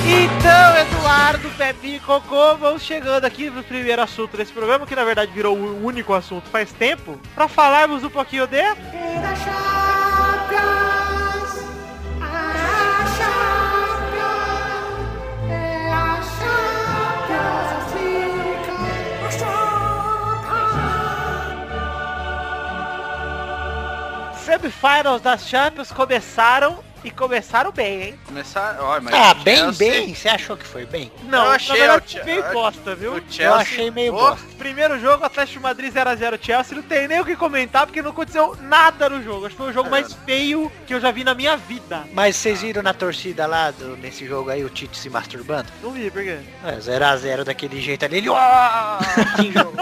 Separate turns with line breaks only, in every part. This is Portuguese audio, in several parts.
Então, Eduardo, Pepinho e Cocô, vamos chegando aqui pro primeiro assunto desse programa, que na verdade virou o único assunto faz tempo, pra falarmos um pouquinho de...
Pega Chapas, a Chapas, é a Chapas, fica a Chapas.
Semifinals das Champions começaram e começaram bem, hein?
Começar... Ó, mas é
Ah,
o
bem,
Chelsea-
bem. Você achou que foi bem?
Não,
Eu achei,
na verdade,
eu-
foi meio bosta, viu?
O Chelsea...
Eu achei
Ô,
meio bosta.
Primeiro jogo, Atlético de Madrid 0x0 Chelsea. Não tem nem o que comentar, porque não aconteceu nada no jogo. Acho que foi o
É
jogo mais feio que eu já vi na minha vida.
Mas vocês viram na torcida lá, do- nesse jogo aí, o Tite se masturbando?
Não vi, por quê?
É, 0x0 daquele jeito ali, ele... Ah, que jogo.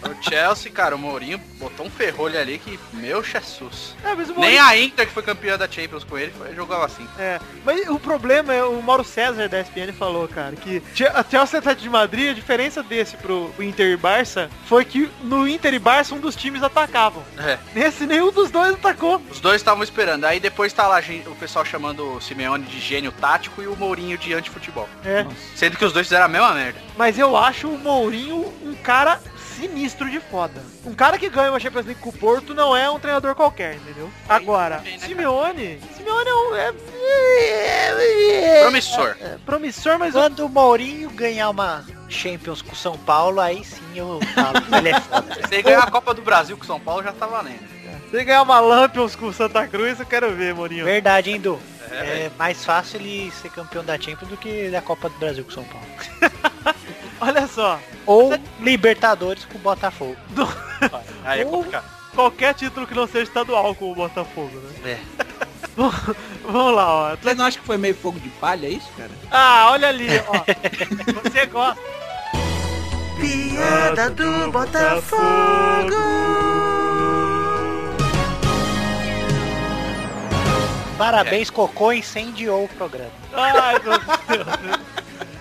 O Chelsea, cara, o Mourinho botou um ferrolho ali que, meu Jesus.
É, mas o
Nem
Mourinho-
a Inter, que foi campeã da Champions com ele, foi- jogava assim.
É, mas o problema é, o Mauro César da SPN falou, cara, que Che- a Chelsea e Atlético de Madrid, a diferença desse pro Inter e Barça foi que no Inter e Barça um dos times atacavam.
É.
Nesse nenhum dos dois atacou.
Os dois estavam esperando. Aí depois tá lá gen- o pessoal chamando o Simeone de gênio tático e o Mourinho de antifutebol.
É,
Sendo que os dois fizeram a mesma merda.
mas eu acho o Mourinho um cara sinistro de foda. Um cara que ganha uma Champions League com o Porto não é um treinador qualquer, entendeu? Agora,
também, né, cara?
Simeone, Simeone é um é,
Promissor.
é promissor, mas
Quando o Mourinho ganhar uma Champions com o São Paulo, aí sim eu falo que ele é foda.
Se ele ganhar a Copa do Brasil com o São Paulo, já tá valendo.
se ele ganhar uma Lampions com o Santa Cruz, eu quero ver, Mourinho.
Verdade, hein, Du?
É.
É mais fácil ele ser campeão da Champions do que da Copa do Brasil com o São Paulo.
Olha só,
Ou Libertadores com o Botafogo.
Aí é complicado.
qualquer título que não seja estadual com o Botafogo, né?
É.
Bom, Vamos lá, ó.
Você não acha que foi meio fogo de palha, é isso, cara?
Ah, olha ali, ó. Você gosta. Piada do Botafogo.
É.
Parabéns, Cocô incendiou o programa.
Ai, meu Deus.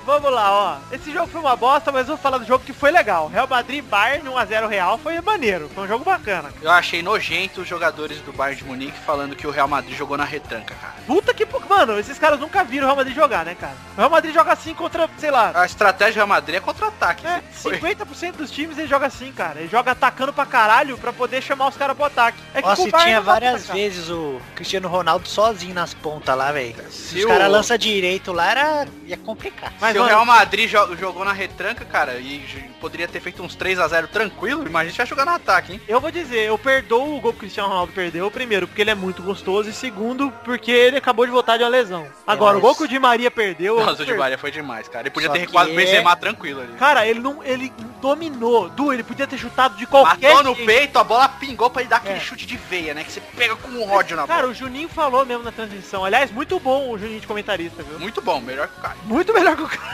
Vamos lá, ó. Esse jogo foi uma bosta, mas vou falar do jogo que foi legal. Real Madrid e Bayern 1x0 Real foi maneiro. Foi um jogo bacana.
Eu achei nojento os jogadores do Bayern de Munique falando que o Real Madrid jogou na retranca, cara.
Puta que... po- Mano, esses caras nunca viram o Real Madrid jogar, né, cara? O Real Madrid joga assim contra, sei lá,
A estratégia do Real Madrid é contra-ataque.
É,
Foi.
50% dos times ele joga assim, cara. Ele joga atacando pra caralho pra poder chamar os caras pro ataque. É tá,
Nossa,
com o
e
Bayern
tinha
não dá pra
várias
atacar.
vezes o Cristiano Ronaldo sozinho nas pontas lá, velho.
É, Se
Os
o-
caras lançam direito lá, era... ia complicar.
Mas
Se o Real Madrid jo- jogou na retranca, cara, e j- poderia ter feito uns 3x0 tranquilo, imagina se vai jogar no ataque, hein?
Eu vou dizer, eu perdoo o gol que o Cristiano Ronaldo perdeu, primeiro, porque ele é muito gostoso, e segundo, porque ele acabou de voltar de uma lesão. Agora,
mas-
o gol que o Di Maria perdeu... eu
Nossa, o Di
per-
Maria foi demais, cara. Ele podia
Só
ter recuado o
que-
Benzema tranquilo ali.
Cara, ele não. Ele dominou. Du, ele podia ter chutado de qualquer.
Matou no
jeito.
peito, a bola pingou pra ele dar aquele
É.
chute de veia, né? Que você pega com um ódio na bola.
Cara, o Juninho falou mesmo na transmissão. Aliás, muito bom o Juninho de comentarista, viu?
Muito bom, melhor que o Caio.
Muito melhor que o cara.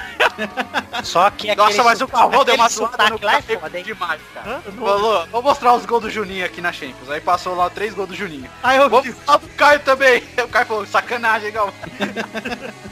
Só É que aquele
Nossa, mas o
sotaque-
Calvão deu uma
aquele
zoada no
sotaque lá é
Caio
foda, hein?
demais, cara.
Hã? No-
Falou, vou mostrar os gols do Juninho aqui na Champions. Aí passou lá três gols do Juninho.
Aí eu
Vou
fiz,
mostrar pro Caio também. O Caio falou, sacanagem, hein, Galvão.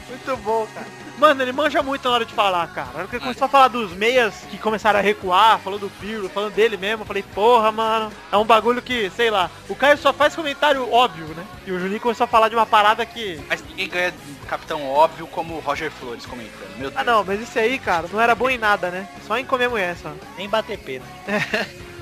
Muito bom, cara.
Mano, ele manja muito na hora de falar, cara. Na hora que ele começou a falar dos meias que começaram a recuar, falou do Pirlo, falando dele mesmo, eu falei, porra, mano, é um bagulho que, sei lá, o Caio só faz comentário óbvio, né? E o Juninho começou a falar de uma parada que.
Mas ninguém ganha capitão óbvio como o Roger Flores comentando. Meu Deus.
Ah não, mas isso aí, cara, não era bom em nada, né? Só em comer mulher, só.
Nem bater pena.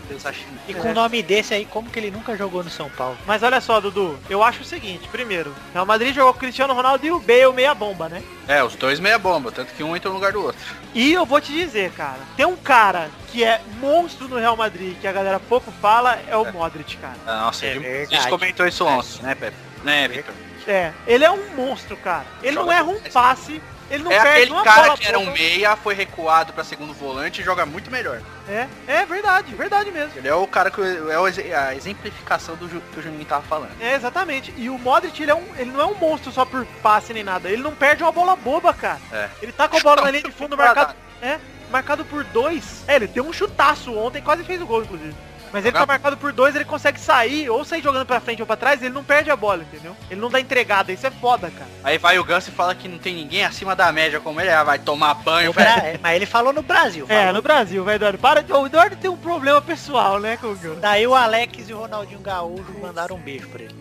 Deus acha que não.
E com um nome desse aí, como que ele nunca jogou no São Paulo?
Mas olha só, Dudu, eu acho o seguinte, primeiro, Real Madrid jogou com o Cristiano Ronaldo e o Bale meia bomba, né?
É, os dois meia bomba, tanto que um entra no lugar do outro.
E eu vou te dizer, cara, tem um cara que é monstro no Real Madrid, que a galera pouco fala, é o Modric, cara.
Ah, Nossa,
É
a gente- a gente
verdade.
comentou isso ontem, né, Pepe? Né, Victor?
É, ele é um monstro, cara. Ele não
Joga
erra um
demais.
passe, ele não
É
perde
aquele
uma
cara
bola
que era um
boa.
meia, foi recuado pra segundo volante e joga muito melhor.
É, é verdade, verdade mesmo.
Ele é o cara que é o ex- a exemplificação do Ju- que o Juninho tava falando.
É, exatamente. E o Modric, ele, é um, ele não é um monstro só por passe nem nada. Ele não perde uma bola boba, cara.
É.
Ele tá com a bola na linha de fundo marcado, é,
Parada.
marcado por dois. É, ele deu um chutaço ontem, quase fez o gol, inclusive. Mas ele tá
Não.
marcado por dois, ele consegue sair, ou sair jogando pra frente ou pra trás, ele não perde a bola, entendeu? Ele não dá entregada, isso é foda, cara.
Aí vai o Ganso e fala que não tem ninguém acima da média como ele é. Vai tomar banho,
No
velho.
Bra- é, Mas ele falou no Brasil.
É,
falou.
no Brasil, velho, Eduardo. Para, o Eduardo tem um problema pessoal, né, com o Ganso.
Daí o Alex e o Ronaldinho Gaúcho mandaram um beijo pra ele.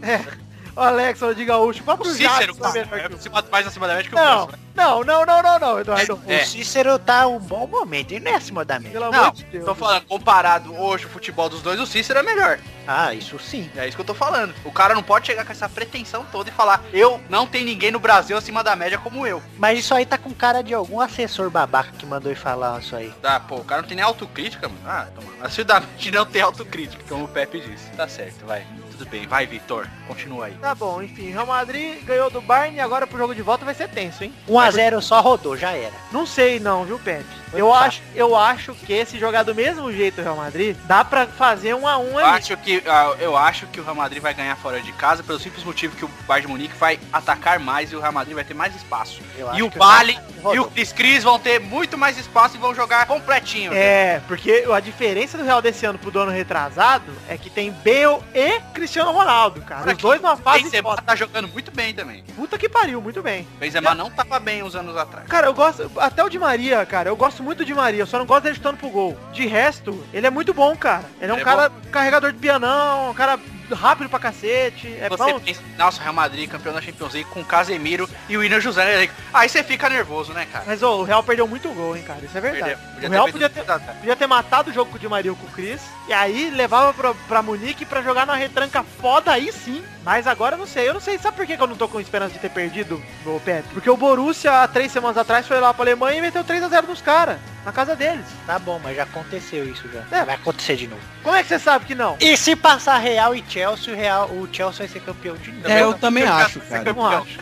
O Alex, o de Gaúcho, o
O
próprio
Cícero,
Jackson é
cara,
melhor
é
que o-
acima- mais acima da média que o
Não,
Ganso. né?
não, não, não, não, não, Eduardo.
É.
O Cícero tá um bom momento, ele não é acima da média.
Pelo amor
Não,
de Deus.
tô falando, comparado hoje o futebol dos dois, o Cícero é melhor.
Ah, isso sim.
É isso que eu tô falando. O cara não pode chegar com essa pretensão toda e falar, eu não tem ninguém no Brasil acima da média como eu.
Mas isso aí tá com cara de algum assessor babaca que mandou ele falar isso aí.
Tá, pô, o cara não tem nem autocrítica, mano. Ah, toma. Mas se o David não tem autocrítica, como o Pepe disse. Tá certo, vai. Tudo bem, vai, Vitor. Continua aí.
Tá bom, enfim, Real Madrid ganhou do Bayern e agora pro jogo de volta vai ser tenso, hein?
1x0 só rodou, já era.
Não sei não, viu, Pepe? Eu
Tá.
acho, eu acho que se jogar do mesmo jeito o Real Madrid, dá pra fazer um a um
Eu
ali.
acho, que, ah, eu acho que o Real Madrid vai ganhar fora de casa pelo simples motivo que o Bayern de Munique vai atacar mais e o Real Madrid vai ter mais espaço.
Eu
E
acho
o
que
Bali
rodou.
e o Cris Cris vão ter muito mais espaço e vão jogar completinho.
É, porque a diferença do Real desse ano pro do ano retrasado é que tem Bale e Cristiano Ronaldo, cara.
Cara,
Os dois numa
O
fase
Benzema
foda.
tá jogando muito bem também.
Puta que pariu, muito bem.
O Benzema não tava bem uns anos atrás.
Cara, eu gosto. Até o Di Maria, cara, eu gosto muito do Di Maria, eu só não gosto dele chutando pro gol. De resto, ele é muito bom, cara. Ele é um
Ele é
cara carregador de pianão, um cara rápido pra cacete. É
você
bom.
pensa, nossa, Real Madrid campeão da Champions League com Casemiro e o William José no elenco. Aí você fica nervoso, né, cara?
Mas ô, o Real perdeu muito gol, hein, cara. Isso é verdade.
Perdeu.
o Real
feito-
podia ter, podia ter matado o jogo com o Di Maria ou com o Cris. E aí levava pra, pra Munique pra jogar numa retranca foda aí sim. Mas agora eu não sei. Eu não sei. Sabe por que que eu não tô com esperança de ter perdido, ô Pepe? Porque o Borussia, há três semanas atrás, foi lá pra Alemanha e meteu 3x0 nos caras. Na casa deles.
Tá bom, mas já aconteceu isso já.
É.
Vai acontecer de novo.
Como é que você sabe que não?
E se passar Real e Chelsea, o, Real, o Chelsea vai ser campeão de novo.
É, eu também acho, cara.
Não acho.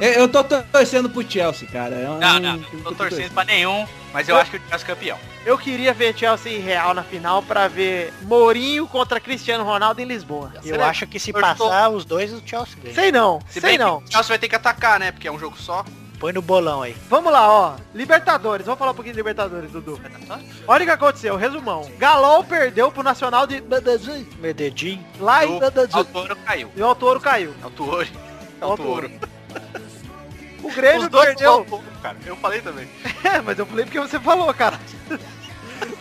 Eu, eu tô torcendo pro Chelsea, cara. É um-
Não, não, não tô torcendo pra nenhum, mas eu acho que o Chelsea é campeão.
Eu queria ver Chelsea e Real na final pra ver Mourinho contra Cristiano Ronaldo em Lisboa.
Eu
Será?
acho que se
Eu tô-
passar os dois, o Chelsea ganha.
Sei não,
Se
sei
bem
não.
que o Chelsea vai ter que atacar, né? Porque é um jogo só.
Põe no bolão aí.
Vamos lá, ó. Libertadores, vamos falar um pouquinho de Libertadores, Dudu. Olha o que aconteceu, resumão. Galol perdeu pro Nacional de
Medellín,
Medellín.
lá em...
O Altoro caiu.
E o Autoro caiu.
Altoro.
Altoro.
Altoro.
O Grêmio
Os dois
perdeu...
Altoro, cara. Eu falei também.
É, mas eu falei porque você falou, cara.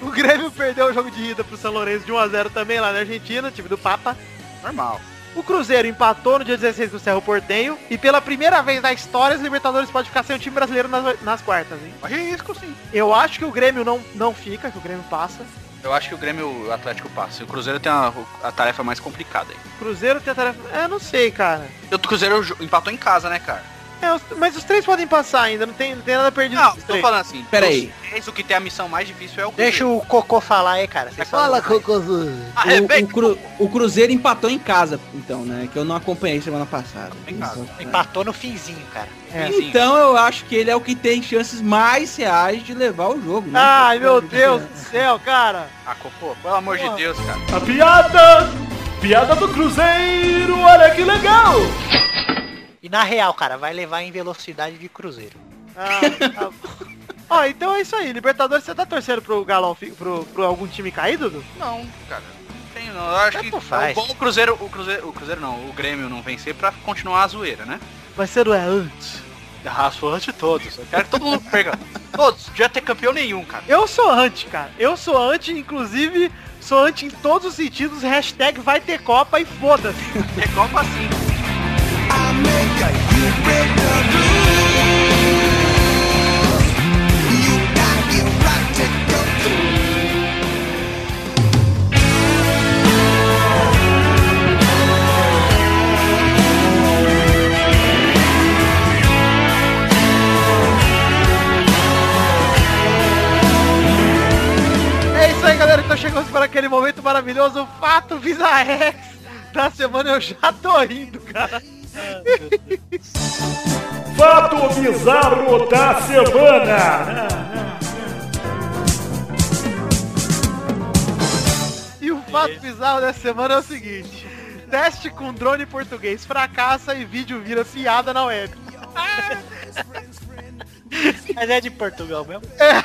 O Grêmio perdeu o jogo de ida pro São Lourenço de 1x0 também lá na Argentina, time do Papa.
Normal.
O Cruzeiro empatou no dia 16 com o Cerro Portenho e pela primeira vez na história os Libertadores pode ficar sem o time brasileiro nas, nas quartas, hein?
Mas é risco sim.
Eu acho que o Grêmio não, não fica, que o Grêmio passa.
Eu acho que o Grêmio e o Atlético passa. O Cruzeiro tem a, a tarefa mais complicada aí.
O Cruzeiro tem a tarefa... É, não sei, cara.
E O Cruzeiro jo- empatou em casa, né, cara?
É, os- mas os três podem passar ainda, não tem, não tem nada perdido.
Não,
os
tô
três.
falando assim.
Pera aí.
dos três, o que tem a missão mais difícil é o Cruzeiro.
Deixa o Cocô falar aí, cara. Vocês
Fala,
falam.
Cocozudo.
Arrebenta.
O, o Cru- o Cruzeiro empatou em casa, então, né? Que eu não acompanhei semana passada.
Em casa.
Isso, né?
Empatou no finzinho, cara.
É.
Então eu acho que ele é o que tem chances mais reais de levar o jogo. né?
Ai, meu Deus do
é
céu, cara.
Ah, Cocô, pelo amor de Deus, cara.
A piada! Piada do Cruzeiro, olha que legal!
E na real, cara, vai levar em velocidade de cruzeiro.
Ah, tá bom. Ó, então é isso aí. Libertadores, você tá torcendo pro Galão, fi- pro, pro algum time caído, Dudu?
Não, cara. Não tem não. Eu acho
Tanto
que
faz.
é bom o Cruzeiro, o Cruzeiro, o Cruzeiro não, o Grêmio não vencer pra continuar a zoeira, né?
Vai ser o é antes.
Arrasou de todos. Eu quero que todo mundo perca. Todos. Não devia ter campeão nenhum, cara.
Eu sou anti, cara. Eu sou anti, inclusive, sou anti em todos os sentidos. Hashtag vai ter Copa e foda-se.
É Copa assim.
É isso aí, galera. Então chegamos para aquele momento maravilhoso. o Fato Visa X da semana. Eu já tô rindo, cara.
Fato bizarro da semana!
E o fato bizarro dessa semana é o seguinte. Teste com drone português fracassa e vídeo vira piada na web.
Mas é de Portugal mesmo? É.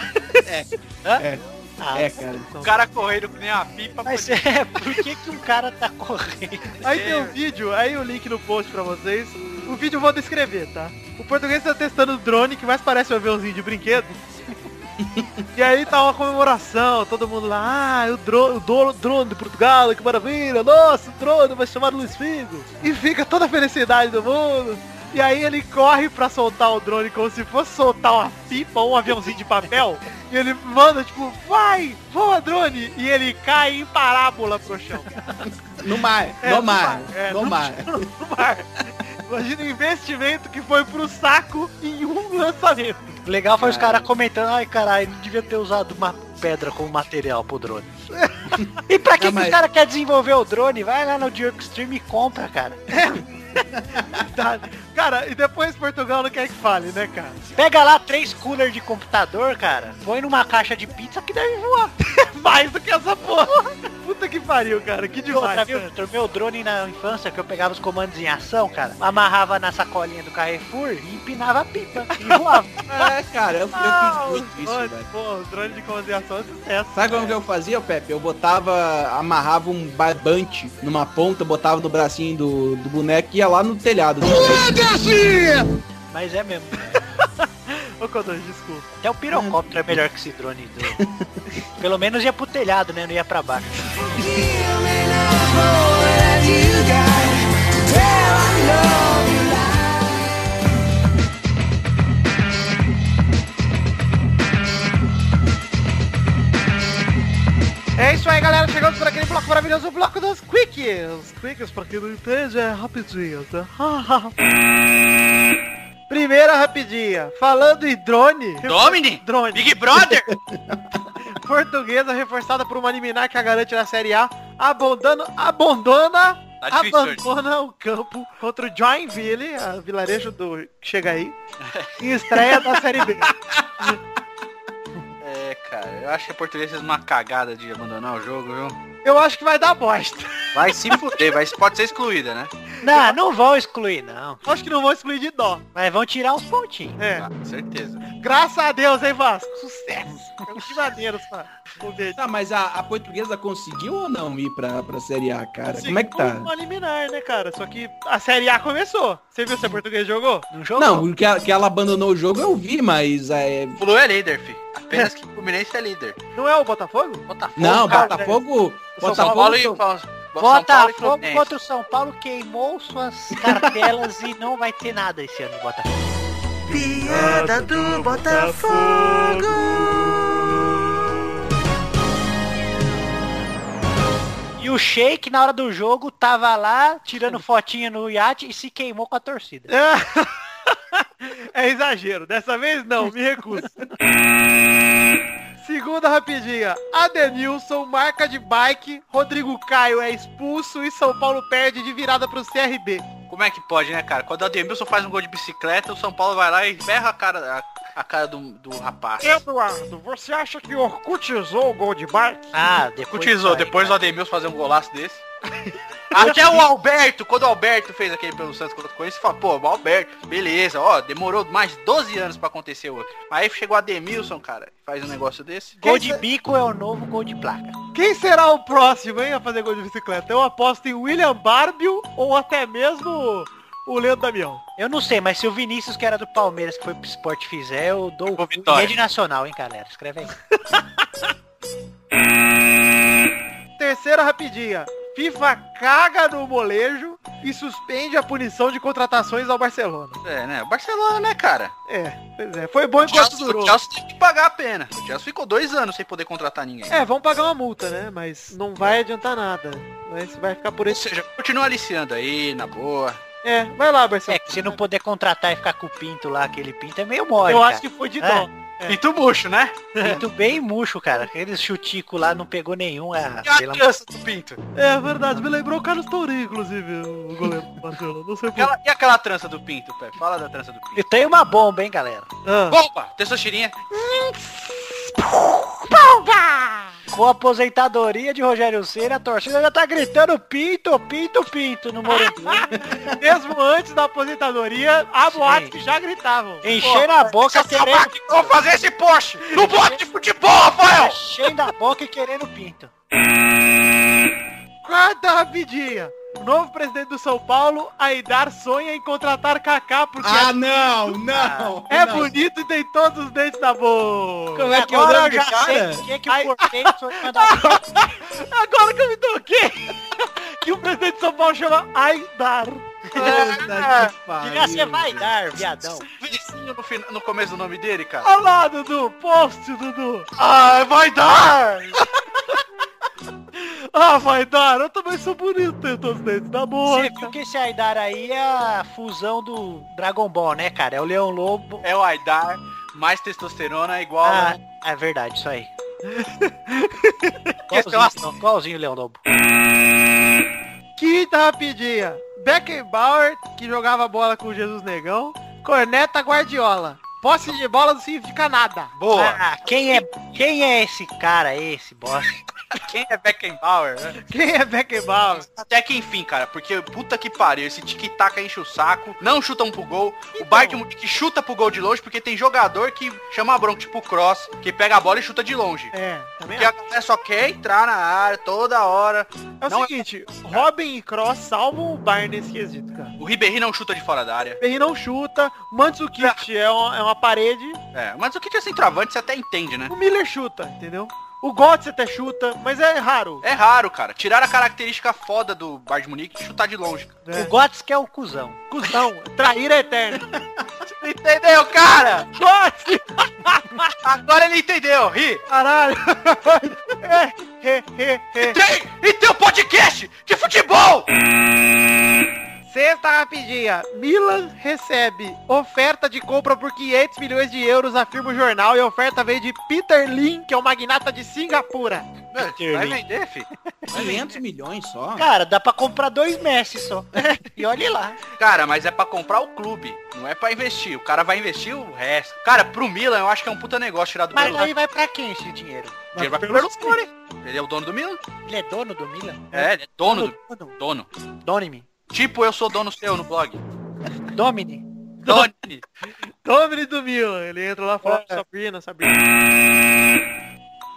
Ah,
É, cara.
O cara correndo que nem uma pipa.
Mas é, por que, que um cara tá correndo?
Aí tem o vídeo, aí o link no post pra vocês. O vídeo eu vou descrever, tá? O português tá testando o drone, que mais parece um aviãozinho de brinquedo. e aí tá uma comemoração, todo mundo lá, ah, o, dro o dono do drone de Portugal, que maravilha, nossa, o drone vai chamar Luiz Figo. E fica toda a felicidade do mundo. E aí ele corre pra soltar o drone como se fosse soltar uma pipa ou um aviãozinho de papel. E ele manda, tipo, vai, voa drone. E ele cai em parábola pro chão.
No mar.
É,
no mar.
é,
no
no
mar.
no mar. Imagina o investimento que foi pro saco em um lançamento.
O legal foi os
É.
caras comentando, ai caralho, não devia ter usado uma pedra como material pro drone. e pra que,
Não,
que
mas-
o cara quer desenvolver o drone? Vai lá no Dirkstream e compra, cara.
Tá? Cara, e depois Portugal não quer que fale, né, cara?
Pega lá três cooler de computador, cara. Põe numa caixa de pizza que deve voar.
Mais do que essa porra. Puta que pariu, cara. Que
E outra,
demais.
viu,
cara.
Vitor? Meu drone na infância, que eu pegava os comandos em ação, cara, amarrava na sacolinha do Carrefour e empinava a pipa. E voava.
É, cara, eu, eu
Ah,
fiz
os
muito isso,
drones,
velho.
pô, os drones de comandiação é sucesso.
Sabe como que eu fazia, Pepe? Eu botava, amarrava um barbante numa ponta, botava no bracinho do, do boneco e ia lá no telhado.
Mas é mesmo.
Ô, Codor, desculpa.
Até o pirocóptero é melhor que esse drone do... Pelo menos ia pro telhado, né? Não ia pra baixo.
É isso aí, galera. Chegamos para aquele bloco maravilhoso, o bloco dos quicks. Quicks, pra quem não entende, é rapidinho, tá? Primeira rapidinha. Falando em drone...
Domini?
Drone.
Big Brother?
portuguesa reforçada por uma liminar que a garante na Série A, abandona, abandona,
Tá difícil hoje.
abandona o campo contra o Joinville, a vilarejo do Chega Aí, em estreia da Série B.
É, cara. Eu acho que a portuguesa fez uma cagada de abandonar o jogo, viu?
Eu acho que vai dar bosta.
Vai se fuder, vai, pode ser excluída, né?
Não, não vão excluir, não.
Acho que não vão excluir de dó.
Mas vão tirar uns pontinhos.
É.
Ah, certeza.
Graças a Deus, hein, Vasco? Sucesso. Que maneiro, sabe? Vou ver.
Tá, mas a, a portuguesa conseguiu ou não ir pra, pra Série A, cara? Como é que
Conseguiu
tá?
Uma liminar, né, cara? Só que a Série A começou. Você viu se a portuguesa jogou?
Não jogou?
Não, que ela, que ela abandonou o jogo eu vi, mas é...
Flu é líder, fi. Apenas que o Fluminense é líder.
Não é o Botafogo?
Botafogo.
Não,
cara.
Botafogo...
São
Botafogo-
Paulo e... São- São Paulo e
Botafogo
Fluminense.
contra o São Paulo queimou suas cartelas e não vai ter nada esse ano, Botafogo.
Piada do Botafogo!
E o Sheik, na hora do jogo, tava lá tirando fotinha no iate e se queimou com a torcida.
É. É exagero. Dessa vez não, me recuso. Segunda rapidinha. Adenilson, marca de bike. Rodrigo Caio é expulso e São Paulo perde de virada pro CRB.
Como é que pode, né, cara? Quando o Ademilson faz um gol de bicicleta, o São Paulo vai lá e ferra a cara, a, a cara do, do rapaz.
Eduardo, você acha que Orkut usou o gol de bike?
Ah, depois.
Cutizou,
vai,
depois o Ademilson fazer um golaço desse. Até o Alberto, quando o Alberto fez aquele pelo Santos contra o Corinthians, falou, pô, o Alberto, beleza, ó, demorou mais de 12 anos pra acontecer o outro. Aí chegou o Ademilson, cara, faz um negócio desse.
Gol de bico é o novo gol de placa.
Quem será o próximo, hein, a fazer gol de bicicleta? Eu aposto em William Barbio ou até mesmo o Leandro Damião.
Eu não sei, mas se o Vinícius, que era do Palmeiras, que foi pro esporte, fizer, eu dou
Vou
o cu em
vitória.
rede nacional, hein, galera. Escreve aí.
Terceira rapidinha. FIFA caga no molejo e suspende a punição de contratações ao Barcelona.
É, né? O Barcelona, né, cara?
É, pois é. Foi bom
O
enquanto
Chelsea, o
durou.
Chelsea teve que pagar a pena. O Chelsea ficou dois anos sem poder contratar ninguém.
É, vão pagar uma multa, né? Mas não vai adiantar nada. Mas vai ficar por
Ou
isso.
seja, continua aliciando aí, na boa.
É, vai lá,
É
Barcelona.
que se não puder contratar e ficar com o pinto lá, aquele pinto é meio mole.
Eu
cara.
acho que foi de
É.
dó.
E tu bucho, né?
Pinto bem murcho, cara. Aquele chutico lá não pegou nenhum. Ah,
E a
pelo amor-
criança do Pinto?
É verdade, me lembrou o Carlos Tourinho, inclusive, o goleiro do Barcelona. Não sei por
Aquela- e aquela trança do Pinto, Pepe? Fala da trança do Pinto.
E tem uma bomba, hein, galera.
Ah.
Opa, testosterinha.
Com a aposentadoria de Rogério Ceni, a torcida já tá gritando pinto, pinto, pinto no Morumbi.
Mesmo antes da aposentadoria, há
Sim.
boates que já gritavam.
Enchendo a boca, querendo,
Vou fazer esse poste no bloco de futebol, Rafael!
enchendo a boca e querendo pinto.
Quarta rapidinha. O novo presidente do São Paulo, Aidar, sonha em contratar Kaká porque
Ah, não, não.
é
não.
bonito e tem todos os dentes na boca.
Como é que é o
Agora
nome
eu
do
já
cara?
sei o que, que
Ai.
o porteiro foi mandar
Agora que eu me toquei, que o presidente do São Paulo chama Aidar.
Puta
É.
que pariu.
Devia ser vai dar, viadão.
Vizinho assim, no, fina- no começo do nome dele, cara.
Olha lá, Dudu, poste, Dudu.
Ah, vai dar!
Ah, vai dar, eu também sou bonito, tenho todos os dentes na
Você
boca.
viu que esse Aidar aí é a fusão do Dragon Ball, né, cara? É o Leão Lobo.
É o Aidar, mais testosterona é igual
Ah,
a
é verdade, isso aí.
Questão
Igualzinho, igualzinho o Leão Lobo.
Quinta rapidinha. Beckenbauer, que jogava bola com o Jesus Negão. Corneta Guardiola. Posse de bola não significa nada.
boa.
Ah, quem é, quem é esse cara aí, esse bosta?
Quem é Beckenbauer? né?
Quem é Beckenbauer?
Até que enfim, cara, porque puta que pariu, esse tic-tac enche o saco, não chutam pro gol. O Bayern de Munique chuta pro gol de longe, porque tem jogador que chama a bronca, tipo o Cross, que pega a bola e chuta de longe.
É, também
Porque a galera só quer entrar na área toda hora.
É o
não é-
seguinte, Robin e Cross salvam o Bayern nesse quesito, cara.
O Ribéry não chuta de fora da área.
Perry não chuta, Mandzukic é, um- é uma parede,
É, mas o que é centroavante você até entende, né?
o Miller chuta, entendeu? O Götze até chuta, mas é raro.
É raro, cara. Tiraram a característica foda do Bayern de Munique de chutar de longe. cara.
É.
O Gotts que é o cuzão. é
Cusão, traíra eterna.
Entendeu, cara?
Götze,
Agora ele entendeu, ri.
caralho. É, é, é, é.
Tem, e tem um podcast de futebol.
Sexta rapidinha. Milan recebe oferta de compra por 500 milhões de euros, afirma o jornal, e a oferta veio de Peter Lin, que é o magnata de Singapura.
Vai vender, fi.
500 milhões só?
Cara, dá pra comprar dois Messi só. E olhe lá.
Cara, mas é pra comprar o clube, não é pra investir. O cara vai investir o resto. Cara, pro Milan eu acho que é um puta negócio tirar do
Mas
Milan.
aí vai pra quem esse dinheiro?
Ele vai pro Berlusconi. Ele é o dono do Milan?
Ele é dono do Milan?
É, ele é dono do
Dono.
dono.
Donime.
Tipo, eu sou dono seu no blog.
Domine.
Doni.
Domini do Milan. Ele entra lá e fala,
É.
Sabrina, Sabrina.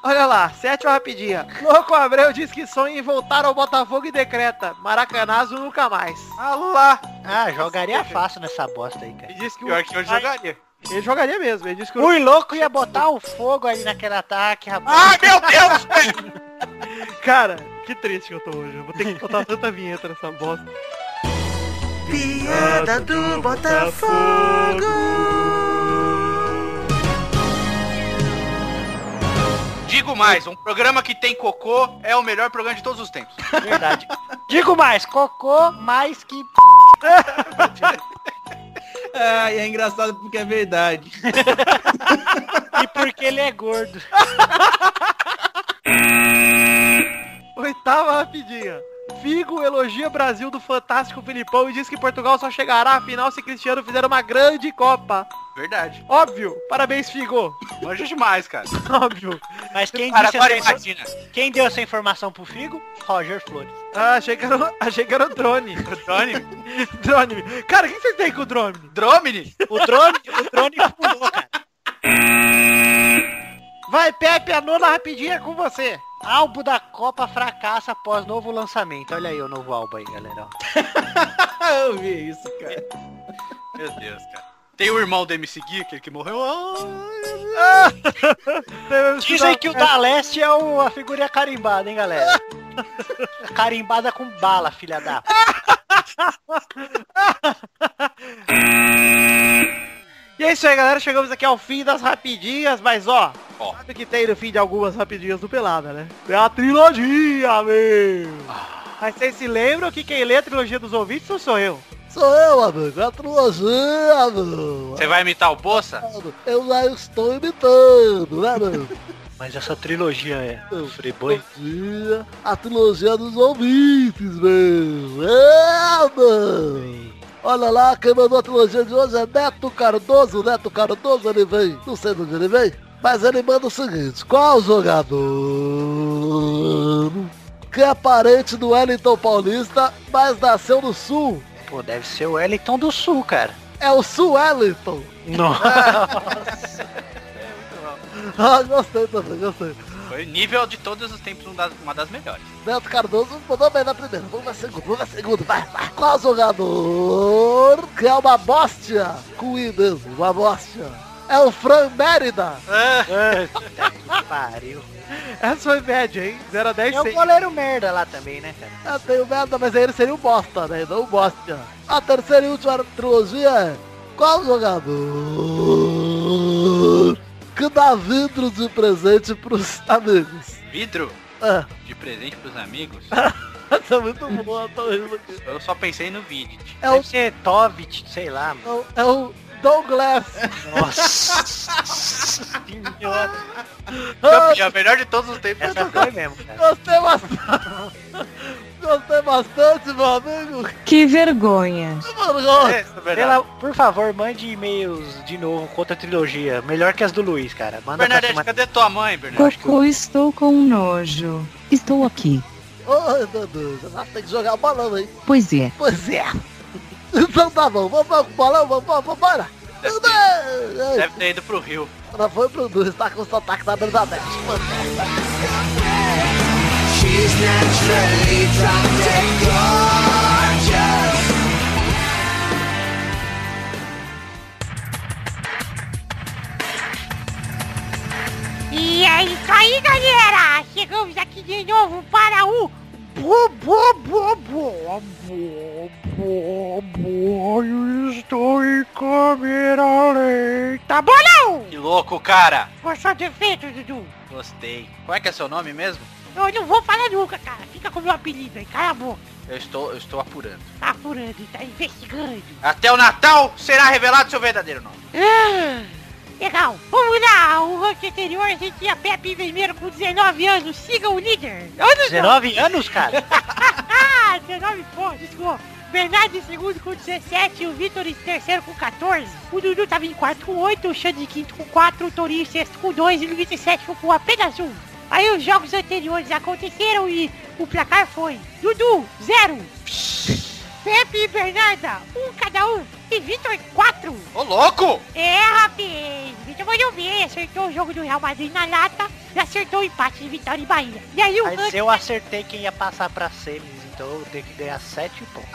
Olha lá, sétima rapidinha. Louco Abreu diz que sonha em voltar ao Botafogo e decreta. Maracanazo nunca mais.
Ah lá.
Ah, jogaria fácil nessa bosta aí, cara.
Ele disse que o-
Pior que eu jogaria.
Ele jogaria mesmo. Ele disse que o-
O louco ia botar o fogo ali naquele ataque, rapaz.
Ai, meu Deus!
Cara, que triste que eu tô hoje. Eu vou ter que botar tanta vinheta nessa bosta.
Piada do Botafogo.
Digo mais, um programa que tem cocô é o melhor programa de todos os tempos.
Verdade. Digo mais, cocô mais que...
Ah, e é engraçado porque é verdade.
E porque ele é gordo.
Oitava rapidinha. Figo elogia Brasil do fantástico Filipão e diz que Portugal só chegará à final se Cristiano fizer uma grande Copa.
Verdade.
Óbvio. Parabéns, Figo.
Manja demais, cara.
Óbvio.
Mas quem,
Cara,
disse
agora
essa-
imagina.
quem deu essa informação pro Figo? Roger Flores.
Ah, achei que era, o- achei que era o drone.
Drone?
drone. Cara, o que vocês têm com o drone?
Drone?
O drone, o drone pulou, cara.
Vai, Pepe, a nona rapidinha é com você.
Álbum da Copa fracassa após novo lançamento. Olha aí o novo álbum aí, galera. ó.
Eu vi isso, cara.
Meu Deus, cara. Tem o irmão do MC Gui, aquele que morreu. Ah,
Dizem que o da Leste é o- a figurinha carimbada, hein, galera? Carimbada com bala, filha da...
E é isso aí, galera. Chegamos aqui ao fim das rapidinhas, mas ó,
Ó.
sabe o que tem no fim de algumas rapidinhas do Pelada, né? É a trilogia, meu! Mas vocês se lembram que quem lê a trilogia dos ouvintes não sou eu.
Sou eu, amigo. É a trilogia, amigo.
Você vai imitar o Bossa?
Eu já estou imitando, né, meu?
Mas essa trilogia é...
Eu-
Friboi.
trilogia, a trilogia dos ouvintes, meu. É, meu. Olha lá, quem mandou a trilogia de hoje é Neto Cardoso. Neto Cardoso, ele vem, não sei de onde ele vem, mas ele manda o seguinte. Qual jogador que é parente do Wellington Paulista, mas nasceu no Sul?
Pô, deve ser o Wellington do Sul, cara.
É o Sul Wellington.
Não.
Ah, gostei também, gostei.
Foi nível de todos os tempos um das- uma das melhores.
Neto Cardoso mandou bem na primeira. Vamos na segunda, vamos na segunda, vai, vai. Qual jogador que é uma bóstia? Com I mesmo, uma bóstia. É o Fran Mérida.
Pariu.
Essa foi média, hein? 0 a 10,
É um
100.
goleiro merda lá também, né, cara?
Eu tenho merda, mas aí ele seria o bosta, né? Não o bóstia. A terceira e última trilogia é... Qual jogador que dá vidro de presente pros amigos?
Vidro
É,
de presente pros amigos.
essa é muito boa, tô rindo aqui.
Eu só pensei no vídeo.
É o-
Deve ser Tovit, sei lá, mano.
É o- É o Douglas.
Nossa senhora.
Campeão, melhor de todos os tempos.
Essa é foi mesmo, cara.
Gostei bastante. Gostei bastante, meu amigo.
Que vergonha.
Que vergonha.
Sei lá, por favor, mande e-mails de novo contra a trilogia. Melhor que as do Luiz, cara. Manda pra
Bernadette,
cima.
cadê tua mãe, Bernadette?
Cocô, estou com nojo. Estou aqui.
Ô, meu Deus, ela tem que jogar balão, hein?
Pois é.
Pois é. Então tá bom, vamos lá com o balão, vamos, vamos, vamos, bora. Ai,
Deve ter ido pro Rio.
Ela foi pro Nunes, está com o sotaque da Bernadette.
E é isso aí, galera! Chegamos aqui de novo para o bo, bo, bo, bo, bo, bo, bo. Eu Estou em câmera lenta. Tá Bolão!
Que louco, cara.
Gostou de efeito, Dudu?
Gostei. Como é que é seu nome mesmo?
Eu não vou falar nunca, cara. Fica com meu apelido aí. Cala a boca.
Eu estou, eu estou apurando.
Tá furando, tá investigando.
Até o Natal será revelado seu verdadeiro nome.
Ah, Legal, vamos lá, o ranking anterior a gente tinha Pepe em primeiro com 19 anos, siga o líder. Anos
19 anos, cara?
Ah, 19 pontos, desculpa. Bernardo em segundo com 17, o Vitor em terceiro com 14, o Dudu tava em quarto com 8, o Xande em quinto com 4, o Torinho em sexto com 2 e o Luiz em sétimo com apenas um. Aí os jogos anteriores aconteceram e o placar foi Dudu, 0, Pepe e Bernarda, 1 um cada um, e Vitor 4.
Ô, louco!
É, rapaz! Vitor mandou bem, acertou o jogo do Real Madrid na lata e acertou o empate de Vitória e Bahia. E aí o
Mas
ranking,
eu acertei quem ia passar pra semis, então eu tenho que ganhar 7 pontos.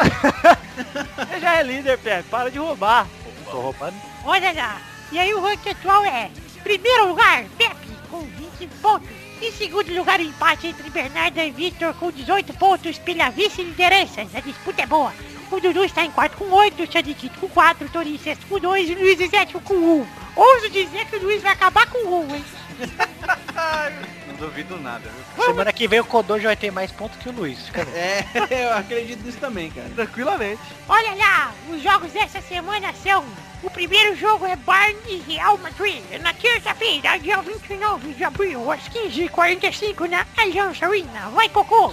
Você já é líder, Pepe. Para de roubar.
Tô roubando.
olha lá. E aí o ranking atual é, primeiro lugar, Pepe, com 20 pontos. Em segundo lugar, o empate entre Bernardo e Vitor com 18 pontos pela vice-liderança. A disputa é boa. O Dudu está em quarto com 8, o Xande em quinto com 4, o Torinho em sexto com um. 2 e o um, Luiz em sétimo com 1. Ouso dizer que o Luiz vai acabar com 1, hein?
duvido nada, viu?
Semana que vem o Codor já vai ter mais pontos que o Luiz. Fica
É, eu acredito nisso também, cara.
Tranquilamente.
Olha lá, os jogos dessa semana são... O primeiro jogo é Barn e Real Madrid, na terça-feira, dia 29 de abril, às 15h45, na Allianz Arena. Vai, Cocô!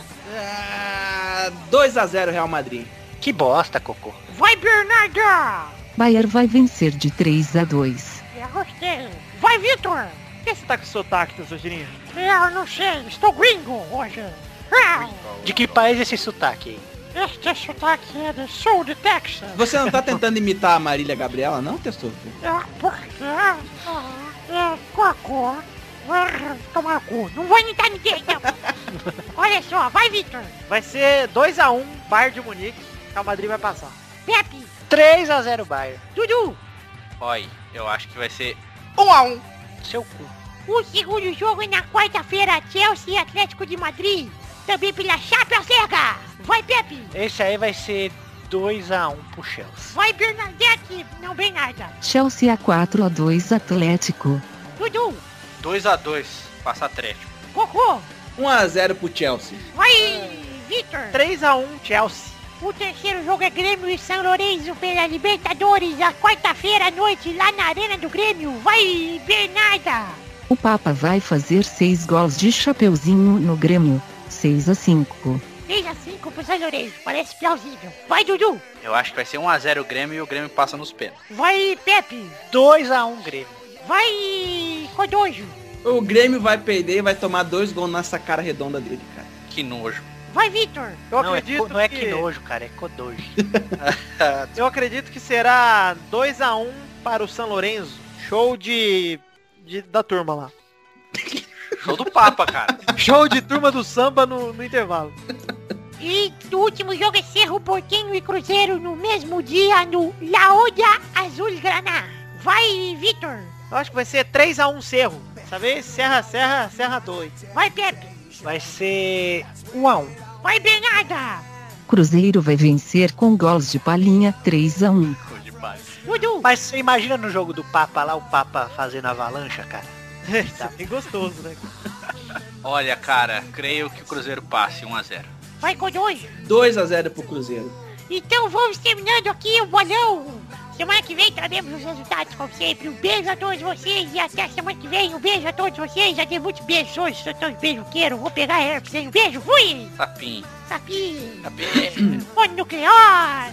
Ah, 2x0 Real Madrid.
Que bosta, Cocô.
Vai, Bernarda!
Bayern vai vencer de 3 a 2.
Eu gostei. Vai, Vitor!
Por que você tá com sotaque, Tesourinho?
Eu não sei, estou gringo hoje. Ah,
De que país é esse sotaque aí?
este sotaque é do sul de Texas.
Você não tá tentando imitar a Marília Gabriela, não, Testor?
Ah, porque... Ah, ah, cocô. Ah, Tomar cu. Não vou imitar ninguém, não. Olha só, vai, Vitor.
Vai ser 2x1, Bayern de Munique. Real Madrid vai passar.
Pepe,
3x0 Bayern.
Dudu.
Olha, eu acho que vai ser 1x1.
Seu cu.
O segundo jogo é na quarta-feira, Chelsea e Atlético de Madrid. Também pela Chapa Cega. Vai, Pepe.
Esse aí vai ser 2x1 pro Chelsea.
Vai, Bernadette. Não vem nada.
Chelsea a 4 a 2 Atlético.
Dudu.
2x2, passa Atlético.
Cocô.
1x0 pro Chelsea.
Vai, Vitor.
3x1, Chelsea.
O terceiro jogo é Grêmio e São Lourenço pela Libertadores, a quarta-feira à noite, lá na Arena do Grêmio. Vai, Bernarda!
O Papa vai fazer 6 gols de chapeuzinho no Grêmio. 6 a 5.
6 a 5 pro São Lourenço, parece plausível. Vai, Dudu!
Eu acho que vai ser 1x0 o Grêmio e o Grêmio passa nos pênaltis.
Vai, Pepe!
2x1 Grêmio.
Vai, Codojo!
O Grêmio vai perder e vai tomar dois gols nessa cara redonda dele, cara.
Que nojo.
Vai, Vitor!
Eu
não, é,
acredito
co- não é
que...
que nojo, cara, é Kodoji.
Eu acredito que será 2x1 para o San Lorenzo. Show de... de- da turma lá.
Show do Papa, cara.
Show de turma do samba no, no intervalo.
E o último jogo é Cerro Portinho e Cruzeiro no mesmo dia no Laodia Azul Graná. Vai, Vitor!
Eu acho que vai ser 3x1 Cerro. Dessa vez, Serra, Serra, Serra 2.
Vai, Pepe!
Vai ser 1x1.
Vai, Bernarda!
Cruzeiro vai vencer com gols de palhinha 3 a 1.
Show de Papa.
Dudu!
Mas você imagina no jogo do Papa lá, o Papa fazendo avalancha, cara?
Isso é bem gostoso, né?
Olha, cara, creio que o Cruzeiro passe 1x0.
Vai, Codojo!
2x0 pro Cruzeiro.
Então vamos terminando aqui o bolão. Semana que vem traremos os resultados, como sempre. Um beijo a todos vocês e até semana que vem. Um beijo a todos vocês. Já dei muitos beijos hoje, sou tão beijoqueiro. Vou pegar herpes, hein? Um beijo, fui!
Sapim.
Sapim,
Sapim.
É.
fone nuclear!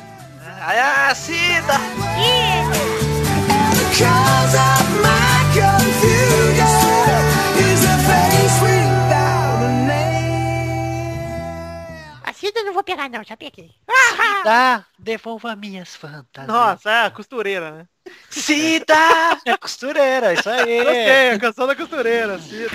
Ah, Cida!
Yeah. A Cida eu não vou pegar não, já peguei. Ah,
Tá, devolva minhas fantasias.
Nossa, é a costureira, né?
Cida! É costureira, isso aí.
Gostei, a canção da costureira. Cida.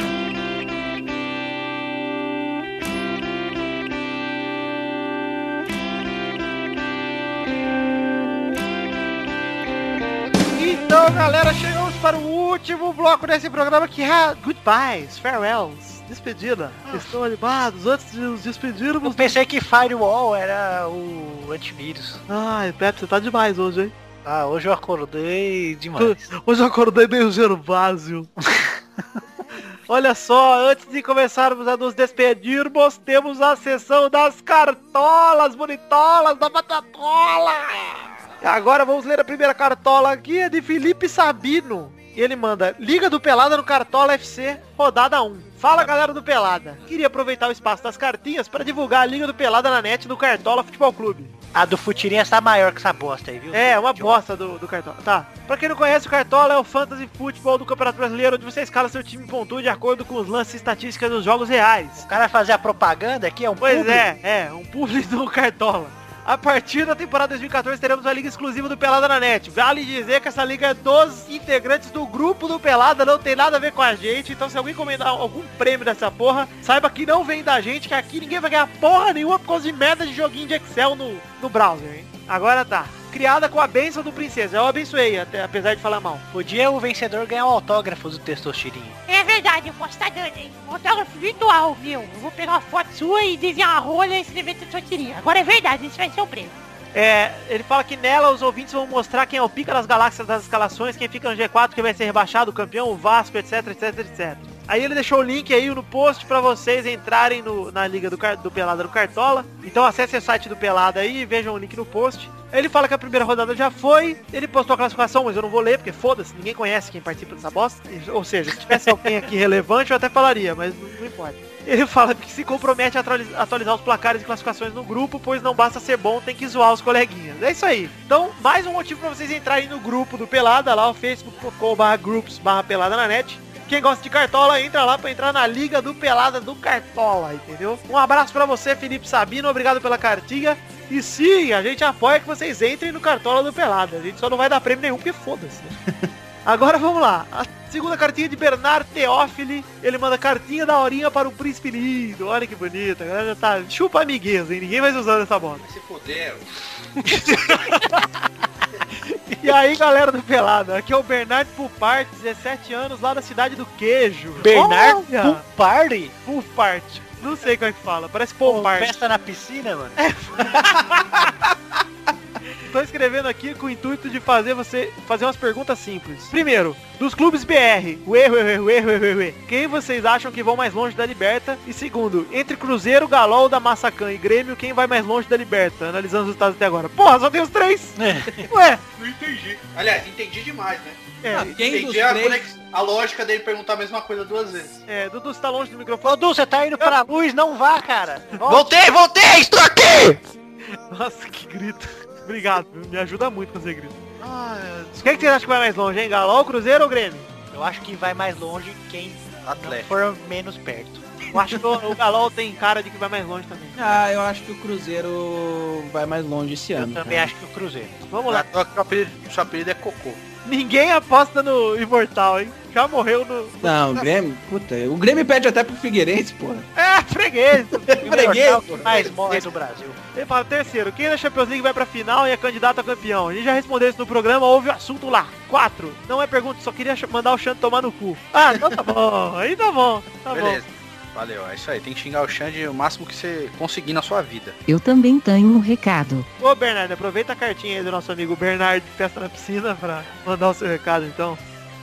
Então, galera, chegamos para o último bloco desse programa que é Goodbyes, Farewells, Despedida. Estão animados antes de nos
Eu
despedirmos?
pensei que Firewall era o antivírus.
Ai, Pepe, você tá demais hoje, hein?
Ah, hoje eu acordei demais.
Hoje eu acordei meio Gervásio. Olha só, antes de começarmos a nos despedirmos, temos a sessão das cartolas bonitolas da batatola. E Agora vamos ler a primeira cartola aqui, é de Felipe Sabino. E ele manda, Liga do Pelada no Cartola FC, rodada 1. Fala galera do Pelada, queria aproveitar o espaço das cartinhas para divulgar a Liga do Pelada na net no Cartola Futebol Clube.
A do Futirinha tá maior que essa bosta aí, viu?
É, uma bosta do, do Cartola. Tá. Pra quem não conhece, o Cartola é o Fantasy Futebol do Campeonato Brasileiro, onde você escala seu time e pontua de acordo com os lances e estatísticas dos jogos reais.
O cara fazer a propaganda aqui é um
Pois
publi.
é, é, um público do Cartola. A partir da temporada 2014 teremos a liga exclusiva do Pelada na Net. Vale dizer que essa liga é dos integrantes do grupo do Pelada, não tem nada a ver com a gente. Então se alguém encomendar algum prêmio dessa porra, saiba que não vem da gente, que aqui ninguém vai ganhar porra nenhuma por causa de merda de joguinho de Excel no, no browser, hein? Agora tá. Criada com a bênção do princesa. Eu abençoei, até, apesar de falar mal.
Podia o vencedor ganhar o autógrafo do Testostirinha.
É verdade, eu posso estar dando, hein? Um autógrafo virtual, meu. Eu vou pegar uma foto sua e desenhar uma rola e escrever tudo que eu queria. Agora é verdade, isso vai ser o prêmio.
É, ele fala que nela os ouvintes vão mostrar quem é o pica das galáxias das escalações, quem fica no G4, quem vai ser rebaixado, o campeão, o Vasco, etc, etc, etc. Aí ele deixou o link aí no post pra vocês entrarem no- na liga do, Car- do Pelada do Cartola. Então acessem o site do Pelada aí e vejam o link no post. Ele fala que a primeira rodada já foi. Ele postou a classificação, mas eu não vou ler, porque foda-se, ninguém conhece quem participa dessa bosta. Ou seja, se tivesse alguém aqui relevante, eu até falaria, mas não, não importa. Ele fala que se compromete a atualiz- atualizar os placares e classificações no grupo, pois não basta ser bom, tem que zoar os coleguinhas. É isso aí. Então, mais um motivo pra vocês entrarem no grupo do Pelada, lá o facebook.com barra groups barra pelada na net. Quem gosta de cartola, entra lá pra entrar na Liga do Pelada do Cartola, entendeu? Um abraço pra você, Felipe Sabino, obrigado pela cartiga. E sim, a gente apoia que vocês entrem no Cartola do Pelada. A gente só não vai dar prêmio nenhum, porque foda-se. né? Agora vamos lá. A segunda cartinha de Bernardo Teófili. Ele manda cartinha da horinha para o príncipe lindo. Olha que bonito. A galera já tá chupa amiguinhos, hein? Ninguém mais usando essa bola.
Se fuderam.
E aí, galera do Pelada, aqui é o Bernardo Pupart, 17 anos, lá da cidade do queijo.
Bernardo
Olha!
Party?
Pupart. Não sei como é que fala. Parece
Pô,
Popart.
festa na piscina, mano.
Tô escrevendo aqui com o intuito de fazer você fazer umas perguntas simples. Primeiro, dos clubes BR, ué, ué, ué, ué, ué, ué, ué, quem vocês acham que vão mais longe da Liberta? E segundo, entre Cruzeiro, Galol, da Massacan e Grêmio, quem vai mais longe da Liberta? Analisando os resultados até agora. Porra, só tem os três! Ué,
Não entendi. Aliás, entendi demais, né?
é,
Quem dos
entendi a,
três
conex- a lógica dele perguntar a mesma coisa duas vezes.
é, Dudu, você tá longe do microfone.
Ô, Du, você tá indo pra luz, não vá, cara. Volta.
Voltei, voltei, estou aqui!
Nossa, que grito. Obrigado, me ajuda muito com esse grito.
Ah,
Quem que você acha que vai mais longe, hein? Galol, Cruzeiro ou Grêmio?
é, Eu acho que vai mais longe quem não
Atlético.
for menos perto.
Eu acho que o o Galol tem cara de que vai mais longe também.
Ah, eu acho que o Cruzeiro vai mais longe esse
Eu
ano.
também acho que o Cruzeiro.
Vamos lá.
Ah, Seu apelido, seu apelido é Cocô.
Ninguém aposta no Imortal, hein? Já morreu no.
Não,
tá
o Grêmio, puta, o Grêmio pede até pro Figueirense, porra.
É, freguês!
Freguês,
O mais morre do Brasil.
Ele fala, terceiro, quem na Champions League vai pra final e é candidato a campeão? A gente já respondeu isso no programa, houve o assunto lá. Quatro, não é pergunta, só queria ch- mandar o Xande tomar no cu. Ah, então tá bom, aí tá bom, tá bom.
Beleza. Valeu, é isso aí. Tem que xingar o Xande o máximo que você conseguir na sua vida.
Eu também tenho um recado.
Ô Bernardo, aproveita a cartinha aí do nosso amigo Bernardo de Festa na Piscina pra mandar o seu recado então.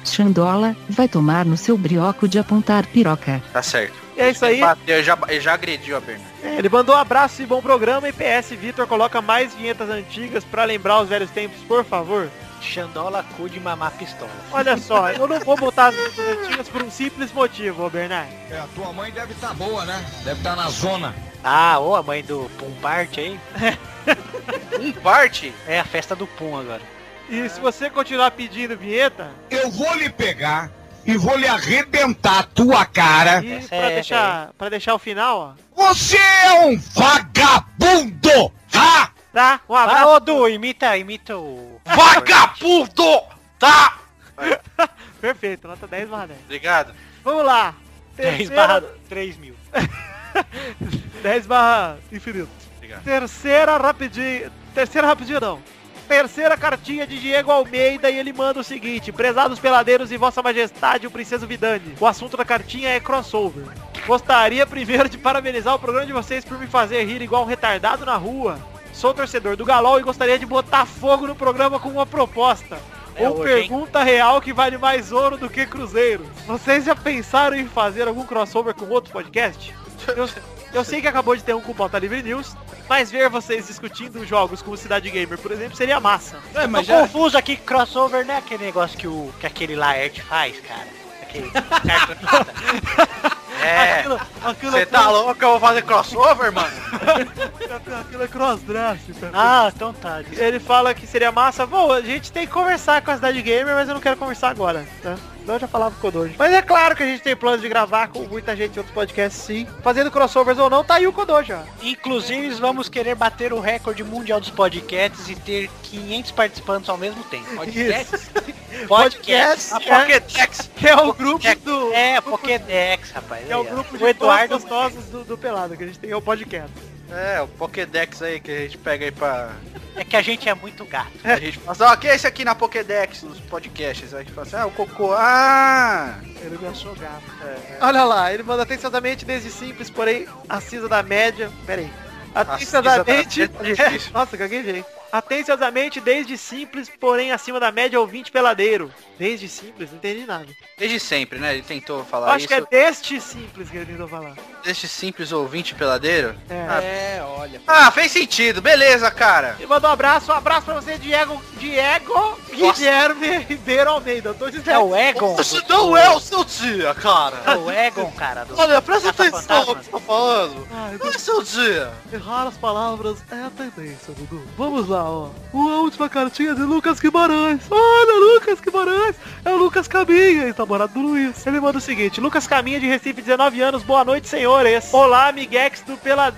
Xandola, vai tomar no seu brioco de apontar piroca.
Tá certo.
E é isso aí.
Bateu, já, ele já agrediu a Bernardo.
É, Ele mandou um abraço e bom programa e PS Vitor coloca mais vinhetas antigas pra lembrar os velhos tempos, por favor.
Xandola cu de mamar pistola.
Olha só, eu não vou botar as vinhetas antigas por um simples motivo, ô Bernardo.
É, a tua mãe deve estar boa, né? Deve estar na zona.
Ah, ô, a mãe do Pum Parte aí.
Um parte?
É a festa do Pum agora.
E se você continuar pedindo vinheta,
Eu vou lhe pegar e vou lhe arrebentar a tua cara.
e
Essa
pra,
é,
deixar, pra deixar o final, ó.
Você é um vagabundo! Tá?
Tá? Um
Ah,
abraço.
ô, Du, imita, imita o...
Vagabundo! Tá!
Perfeito, nota 10 barra 10.
Obrigado.
Vamos lá.
3
Terceiro,
barra 3 mil.
10 barra infinito.
Obrigado.
Terceira rapidinho. Terceira rapidinho não. Terceira cartinha de Diego Almeida e ele manda o seguinte: Prezados peladeiros e Vossa Majestade, o Princeso Vidani. O assunto da cartinha é crossover. Gostaria primeiro de parabenizar o programa de vocês por me fazer rir igual um retardado na rua. Sou torcedor do Galol e gostaria de botar fogo no programa com uma proposta.
É
Ou
hoje, hein?
pergunta real que vale mais ouro do que cruzeiro. Vocês já pensaram em fazer algum crossover com outro podcast? Eu, eu sei que acabou de ter um com o Pauta Livre News, mas ver vocês discutindo jogos como Cidade Gamer, por exemplo, seria massa.
É,
Tô
mas já,
confuso aqui, que crossover não é aquele negócio que, o, que aquele Laerte faz, cara. Aquele cartunista.
É.
Aquilo, aquilo
Você
é
tá
cross-
louco? Eu vou fazer crossover, mano?
Aquilo é crossdress, tá?
ah, então tá. desculpa.
Ele fala que seria massa. Bom, a gente tem que conversar com a Cidade Gamer, mas eu não quero conversar agora, tá? Senão eu já falava com o Codorge. Mas é claro que a gente tem planos de gravar com muita gente em outros podcasts, sim. Fazendo crossovers ou não, tá aí o Codorge, ó.
Inclusive, vamos querer bater o recorde mundial dos podcasts e ter 500 participantes ao mesmo tempo.
Podcast?
Podcast.
Podcast, é, que é o grupo do...
É, Pokédex, rapaz.
que é o
aí, ó.
grupo de
o Eduardo
pessoas gostosas do, do Pelado, que a gente tem é o podcast.
É, o Pokédex aí que a gente pega aí pra.
É que a gente é muito gato.
A gente passa, ó, que é esse aqui na Pokédex, nos podcasts. Aí a gente fala assim, ah, o cocô. Ah!
Ele me achou gato. é, né? Olha lá, ele manda atenciosamente desde simples, porém acisa da média. Pera aí. Atenciosamente.
Acisa da média tá difícil.
Nossa, gaguejei. Atenciosamente desde simples, porém acima da média ouvinte peladeiro. Desde simples, não entendi nada.
Desde sempre, né? Ele tentou
Eu
falar
acho que
isso.
é deste simples que ele tentou falar.
Deste simples ouvinte peladeiro.
É.
É, olha.
Ah, fez sentido. Beleza, cara.
E manda um abraço, um abraço pra você, Diego. Diego Guilherme Ribeiro Almeida. Eu tô dizendo.
É o Egon.
Isso não é o seu dia, cara.
É o Egon, cara. do-
Olha, presta
Caça
atenção no
fantasmas.
que eu tô falando.
Ai,
Não é seu dia.
Errar as palavras é a tendência, Dudu. Vamos lá, ó. Uma última cartinha de Lucas Guimarães. Olha, Lucas Guimarães. É o Lucas Caminha, ex-namorado do Luiz. Ele manda o seguinte. Lucas Caminha, de Recife, 19 anos. Boa noite, senhores. Olá, amiguex do Pelade...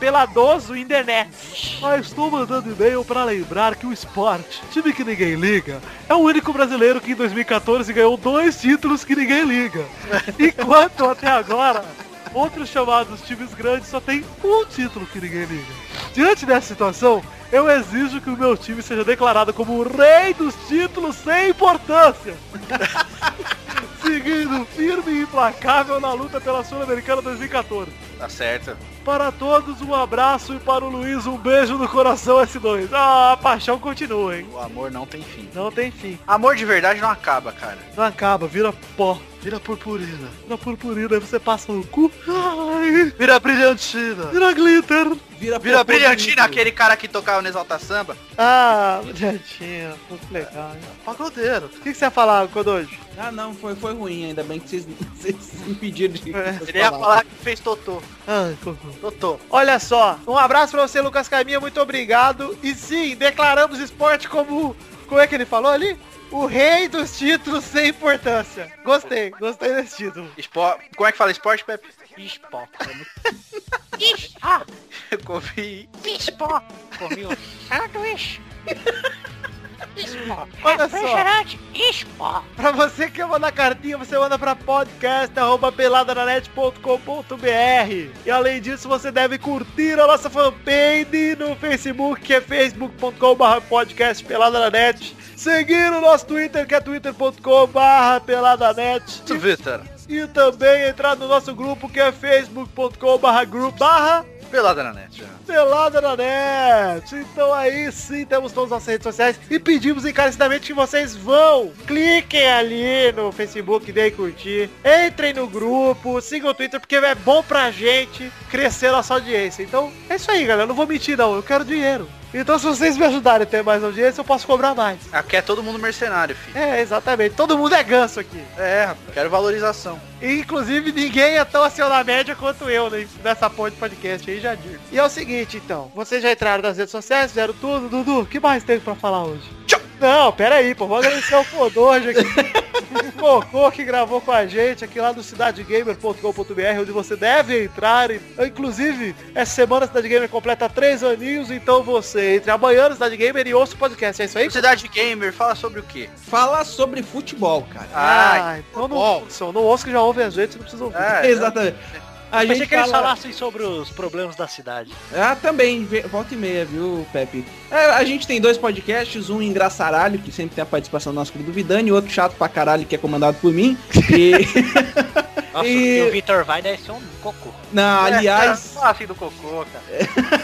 Peladoso Internet. Ah, estou mandando e-mail para lembrar que o Sport, time que ninguém liga, é o único brasileiro que em 2014 ganhou dois títulos que ninguém liga. Enquanto até agora... Outros chamados times grandes só tem um título que ninguém liga. Diante dessa situação, eu exijo que o meu time seja declarado como o rei dos títulos sem importância. Seguindo firme e implacável na luta pela Sul-Americana 2014.
Tá certo.
Para todos, um abraço e para o Luiz, um beijo no coração S2. Ah, a paixão continua, hein?
O amor não tem fim.
Não tem fim.
Amor de verdade não acaba, cara.
Não acaba, vira pó. Vira purpurina. Vira purpurina, aí você passa no cu. Ai,
Vira brilhantina.
vira glitter.
Vira,
Vira
popô
brilhantina,
bonito.
aquele cara que tocava no Exalta Samba.
Ah, brilhantinho, muito legal. hein? Pagodeiro. O que, que você ia falar, Kodoji?
Ah, não, foi, foi ruim. Ainda bem que vocês, vocês impediram de...
Ele É, ia falar que fez totô.
Ai, Cocô.
Totô.
Olha só, um abraço pra você, Lucas Caminha, muito obrigado. E sim, declaramos esporte como... Como é que ele falou ali? O rei dos títulos sem importância. Gostei, gostei desse título.
Espo... Como é que fala esporte, Pepe?
Pispó.
Ixi, ó,
Eu comi.
pispó.
Comi um
Sanduíche. Ispó.
Olha só.
Refrigerante, ispó.
Pra você que quer mandar cartinha, você manda pra podcast.peladananet.com.br E além disso, você deve curtir a nossa fanpage no Facebook, que é facebook.com.br podcast peladananet. Seguir o nosso Twitter, que é twitter.com.br peladanet.
Isso, Vitor.
E também entrar no nosso grupo, que é facebook.com.br grupo barra
Pelada na net. já.
Pelada na net. Então aí sim temos todas as nossas redes sociais e pedimos encarecidamente que vocês vão, cliquem ali no Facebook, deem curtir, entrem no grupo, sigam o Twitter porque é bom pra gente crescer nossa audiência. Então é isso aí, galera. Eu Não vou mentir não, eu quero dinheiro. Então se vocês me ajudarem a ter mais audiência, eu posso cobrar mais.
Aqui é todo mundo mercenário, filho.
É, exatamente. Todo mundo é ganso aqui.
É, rapaz. Quero valorização.
Inclusive, ninguém é tão acima da média quanto eu né, nessa porra de podcast aí, já digo. E é o seguinte, então. Vocês já entraram nas redes sociais, fizeram tudo. Dudu, o que mais tem pra falar hoje? Não, pera aí, pô. Vou agradecer ao Fodojo aqui. O Cocô que gravou com a gente aqui lá no cidadegamer.com.br, onde você deve entrar. E, Inclusive, essa semana a Cidade Gamer completa três aninhos, então você entre amanhã na Cidade Gamer e ouça o podcast. É isso aí?
Cidade Gamer, fala sobre o quê?
Falar sobre futebol, cara.
Ah,
então não,
bom.
ouçam, não ouça que já ouve a gente, não precisa ouvir.
é,
Exatamente. A
Pensei
gente
que eles
fala-
falassem sobre os problemas da cidade.
Ah, também, ve- volta e meia, viu, Pepe? É, a gente tem dois podcasts, um engraçaralho, que sempre tem a participação do nosso querido Vidani, e outro chato pra caralho, que é comandado por mim. E,
Nossa,
E-
e o Vitor vai deve ser um cocô.
não,
É,
aliás,
tá.
Fala assim do cocô, cara.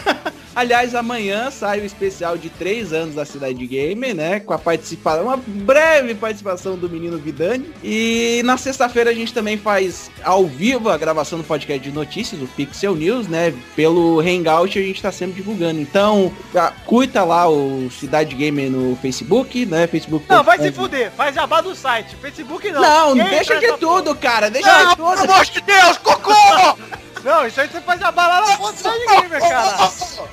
aliás, amanhã sai o especial de três anos da Cidade Gamer, né? Com a participação, uma breve participação do menino Vidani. E na sexta-feira a gente também faz ao vivo a gravação do podcast de notícias, o Pixel News, né? Pelo Hangout a gente tá sempre divulgando. Então, a- curta lá o Cidade Gamer no Facebook, né? Facebook.
Não, vai se fuder. Faz jabá do site. Facebook não.
Não,
Quem
deixa
faz
de
essa
tudo, cara. Deixa de
Pelo
tudo.
amor de Deus, cocô!
porra? Não, isso aí você faz jabá lá na fonte de gamer, cara.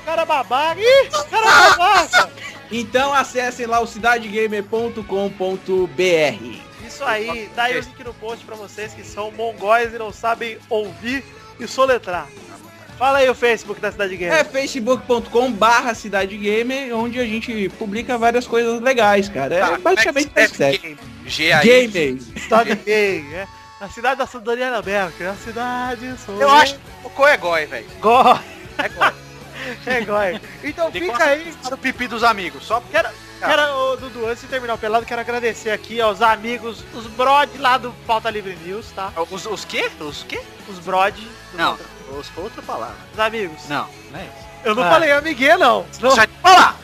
Cara babaca. Ih, cara babaca.
Então acessem lá o cidadegamer.com.br.
Isso aí. Tá aí o link no post pra vocês que são mongóis e não sabem ouvir e soletrar. Fala aí o Facebook da Cidade Gamer.
É facebook.com barra cidadegamer, onde a gente publica várias coisas legais, cara.
Tá,
É basicamente isso.
Cidade
sério.
Gamer. G aí.
Gamer.
Cidade Gamer. É. A cidade da Sandoriana Berker. A cidade...
Eu acho que cocô é gói, velho.
Gó.
É gói.
É gói. Então
Ele
fica
gosta
aí.
Do pipi dos amigos. Só porque era...
Cara, ô, Dudu, antes de terminar o pelado, quero agradecer aqui aos amigos, os brod lá do Pauta Livre News, tá?
Os, os quê? Os quê?
Os brod. do
Não.
Pauta-
Os, outra palavra.
Os amigos.
Não, não é isso.
Eu não
Ah.
falei amiguê, não. Não,
Sai de falar!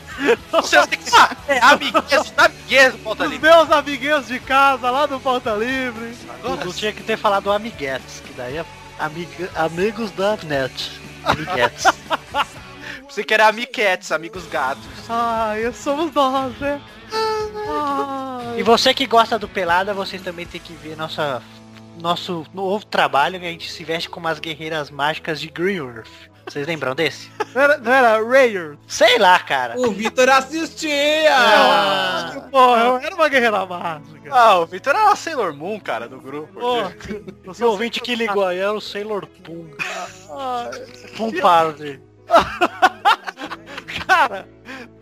Você tem que falar, é amiguês, amiguês do Pauta
Os
Livre.
meus amiguinhos de casa, lá do Pauta Livre.
Dudu tinha que ter falado amiguetes, que daí é amiga- amigos da net. Amiguetes.
Você quer amiguetes, amigos gatos.
Ai, somos nós, né?
e você que gosta do Pelada, você também tem que ver nossa, nosso novo trabalho que a gente se veste como as guerreiras mágicas de Greenworth. Vocês lembram desse?
Não era, não era É, Rayer?
Sei lá, cara.
O Vitor assistia!
Ah,
Porra, eu era uma guerreira mágica.
Ah, o Vitor era uma Sailor Moon, cara, do grupo.
Porra,
o ouvinte que ligou aí era o Sailor Pum.
ai,
Pum Party.
cara,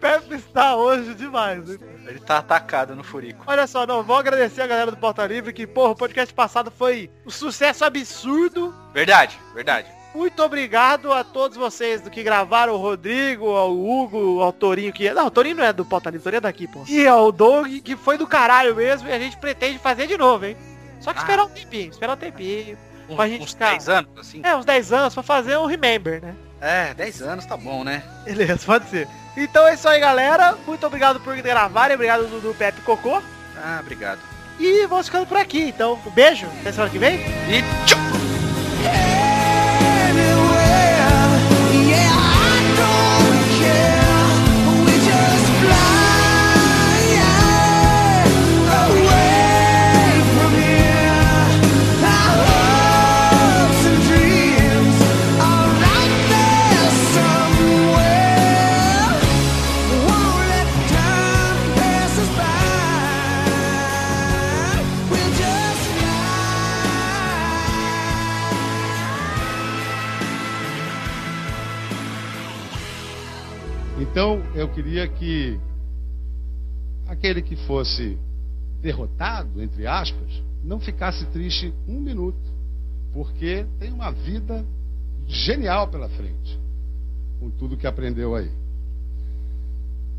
Pepe está hoje demais, hein?
Ele tá atacado no furico.
Olha só, não, vou agradecer a galera do Porta Livre, que, porra, o podcast passado foi um sucesso absurdo.
Verdade, verdade.
Muito obrigado a todos vocês do que gravaram, o Rodrigo, ao Hugo, ao Torinho, que... Não, o Torinho não é do Pauta Livre, o Torinho é daqui, pô. E ao Doug, que foi do caralho mesmo, e a gente pretende fazer de novo, hein? Só que
Ah.
esperar um tempinho, esperar um tempinho.
Um-
Pra gente
uns
ficar-
10 anos, assim?
É, uns 10 anos pra fazer um Remember, né?
É, 10 anos tá bom, né?
Beleza, pode ser. Então é isso aí, galera. Muito obrigado por gravarem, obrigado Dudu, Pepe e Cocô.
Ah, obrigado.
E vamos ficando por aqui, então. Um beijo, até semana que vem.
E tchau!
Então eu queria que aquele que fosse derrotado, entre aspas, não ficasse triste um minuto, porque tem uma vida genial pela frente, com tudo que aprendeu aí.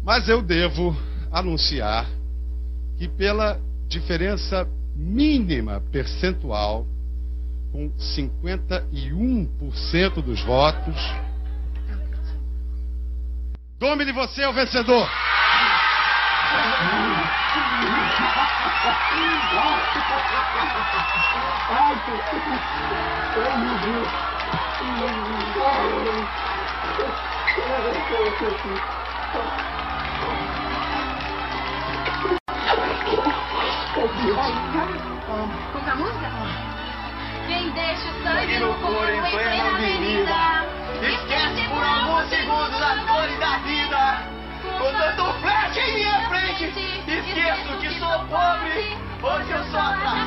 Mas eu devo anunciar que pela diferença mínima percentual, com 51% dos votos, Domine você é o vencedor.
Quem deixa o sangue no couro em plena avenida Esquece por alguns segundos a dor e da vida Contanto flash em minha frente Esqueço que sou pobre Hoje eu sou atraído